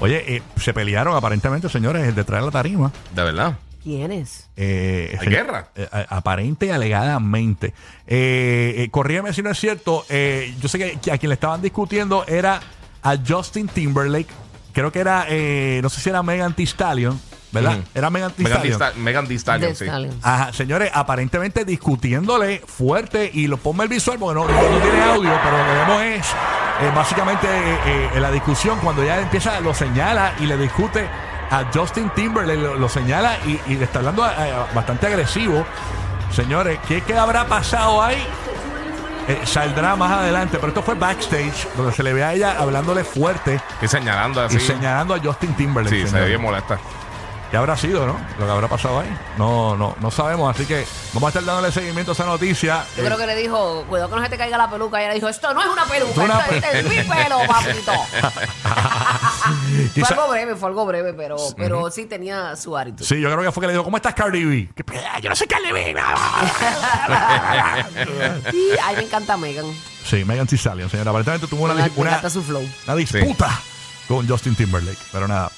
Oye, eh, se pelearon aparentemente, señores, detrás de la tarima. De verdad. ¿Quién es? Eh, ¿Hay se- guerra? eh, a- aparente y alegadamente. Eh, eh, corrígeme si no es cierto. eh, yo sé que, que a quien le estaban discutiendo era a Justin Timberlake. Creo que era, eh, no sé si era Megan Thee Stallion, ¿verdad? Ujú. Era Megan Thee Megan Thee Stallion. Sta- Megan Thee Stallion, De sí. Stallion. Ajá, señores, aparentemente discutiéndole fuerte y lo ponme el visual porque no, no- no tiene audio, pero lo que vemos es eh, básicamente eh, eh, en la discusión cuando ella empieza, lo señala y le discute a Justin Timberlake, lo, lo señala y, y le está hablando eh, bastante agresivo. Señores, ¿qué, qué habrá pasado ahí? Eh, saldrá más adelante, pero esto fue backstage donde se le ve a ella hablándole fuerte Y señalando y así. señalando a Justin Timberlake. sí, se señores. ve bien molesta. ¿Qué habrá sido, no? Lo que habrá pasado ahí. No, no, no sabemos. Así que vamos a estar dándole seguimiento a esa noticia. Yo creo que le dijo, cuidado que no se te caiga la peluca. Y ella dijo, esto no es una peluca, Una esto es de mi pelo, papito. Eh, fue quizá- algo breve, fue algo breve, pero, pero sí tenía su hábito. sí, yo creo que fue que le dijo, ¿cómo estás, Cardi B? Que, "Ah, Yo no soy Cardi B. Sí, ay, me encanta Megan. sí, Megan Thee Stallion, señora. Aparentemente tuvo una, Me dis- una- encanta su flow. una disputa con Justin Timberlake. Pero nada,